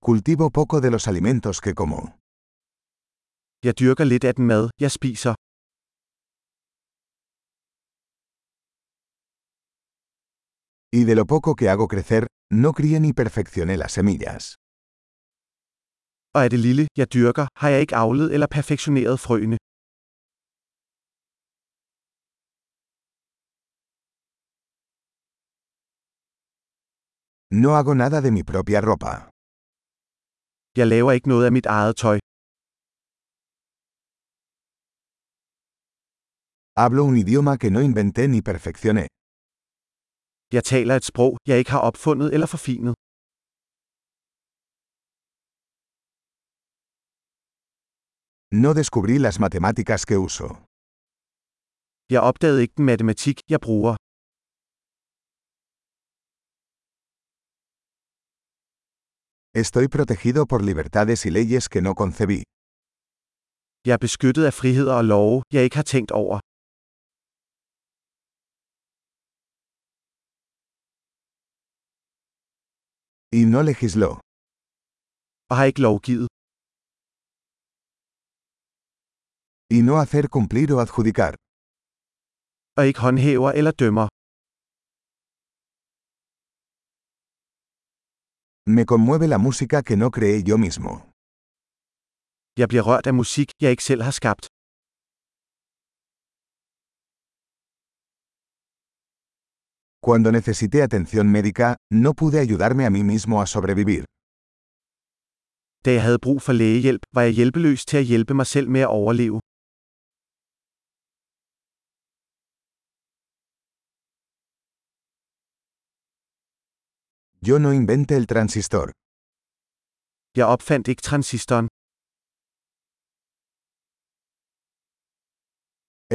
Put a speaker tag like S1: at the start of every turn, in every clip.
S1: Cultivo poco de los alimentos que como.
S2: Jeg dyrker lidt af den mad, jeg spiser.
S1: Y de lo poco que hago crecer, no crié ni perfeccioné las semillas.
S2: Og af det lille, jeg dyrker, har jeg ikke avlet eller perfektioneret frøene.
S1: No hago nada de mi propia ropa.
S2: Jeg laver ikke noget af mit eget tøj.
S1: Hablo un idioma que no inventé ni perfeccioné.
S2: Jeg taler et sprog, jeg ikke har opfundet eller forfinet.
S1: No descubrí las matemáticas que uso.
S2: Jeg opdagede ikke den matematik, jeg bruger.
S1: Estoy protegido por libertades y leyes que no concebí.
S2: Jeg er beskyttet af friheder og love, jeg ikke har tænkt over.
S1: Y no legisló.
S2: Og har ikke lovgivet.
S1: Y no hacer cumplir o adjudicar.
S2: Og ikke håndhæver eller dømmer.
S1: Me conmueve la música que no creé yo mismo.
S2: Jeg bliver rørt af musik, jeg ikke selv har skabt.
S1: Cuando necesité atención médica, no pude ayudarme a mí mismo a sobrevivir.
S2: Da jeg havde brug for lægehjælp, var jeg hjælpeløs til at hjælpe mig selv med at overleve.
S1: Yo no inventé el transistor.
S2: Jeg opfandt ikke transistoren,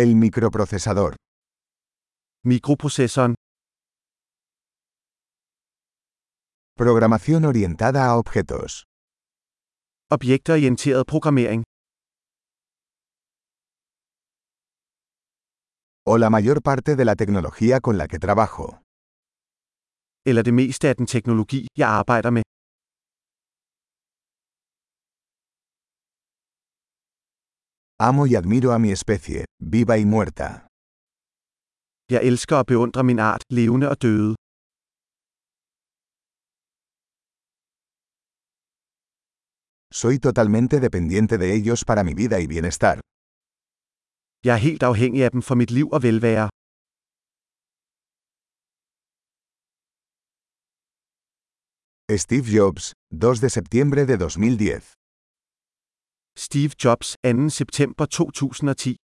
S1: El microprocesador.
S2: mikroprocessoren,
S1: Programación orientada a objetos.
S2: objektorienteret programmering,
S1: O la mayor parte de la tecnología con la que trabajo.
S2: eller det meste af den teknologi, jeg arbejder med.
S1: Amo y admiro a mi especie, viva y muerta.
S2: Jeg elsker og beundrer min art, levende og døde.
S1: Soy totalmente dependiente de ellos para mi vida y bienestar.
S2: Jeg er helt afhængig af dem for mit liv og velvære.
S1: Steve Jobs, 2 de septiembre de 2010.
S2: Steve Jobs, 2. september 2010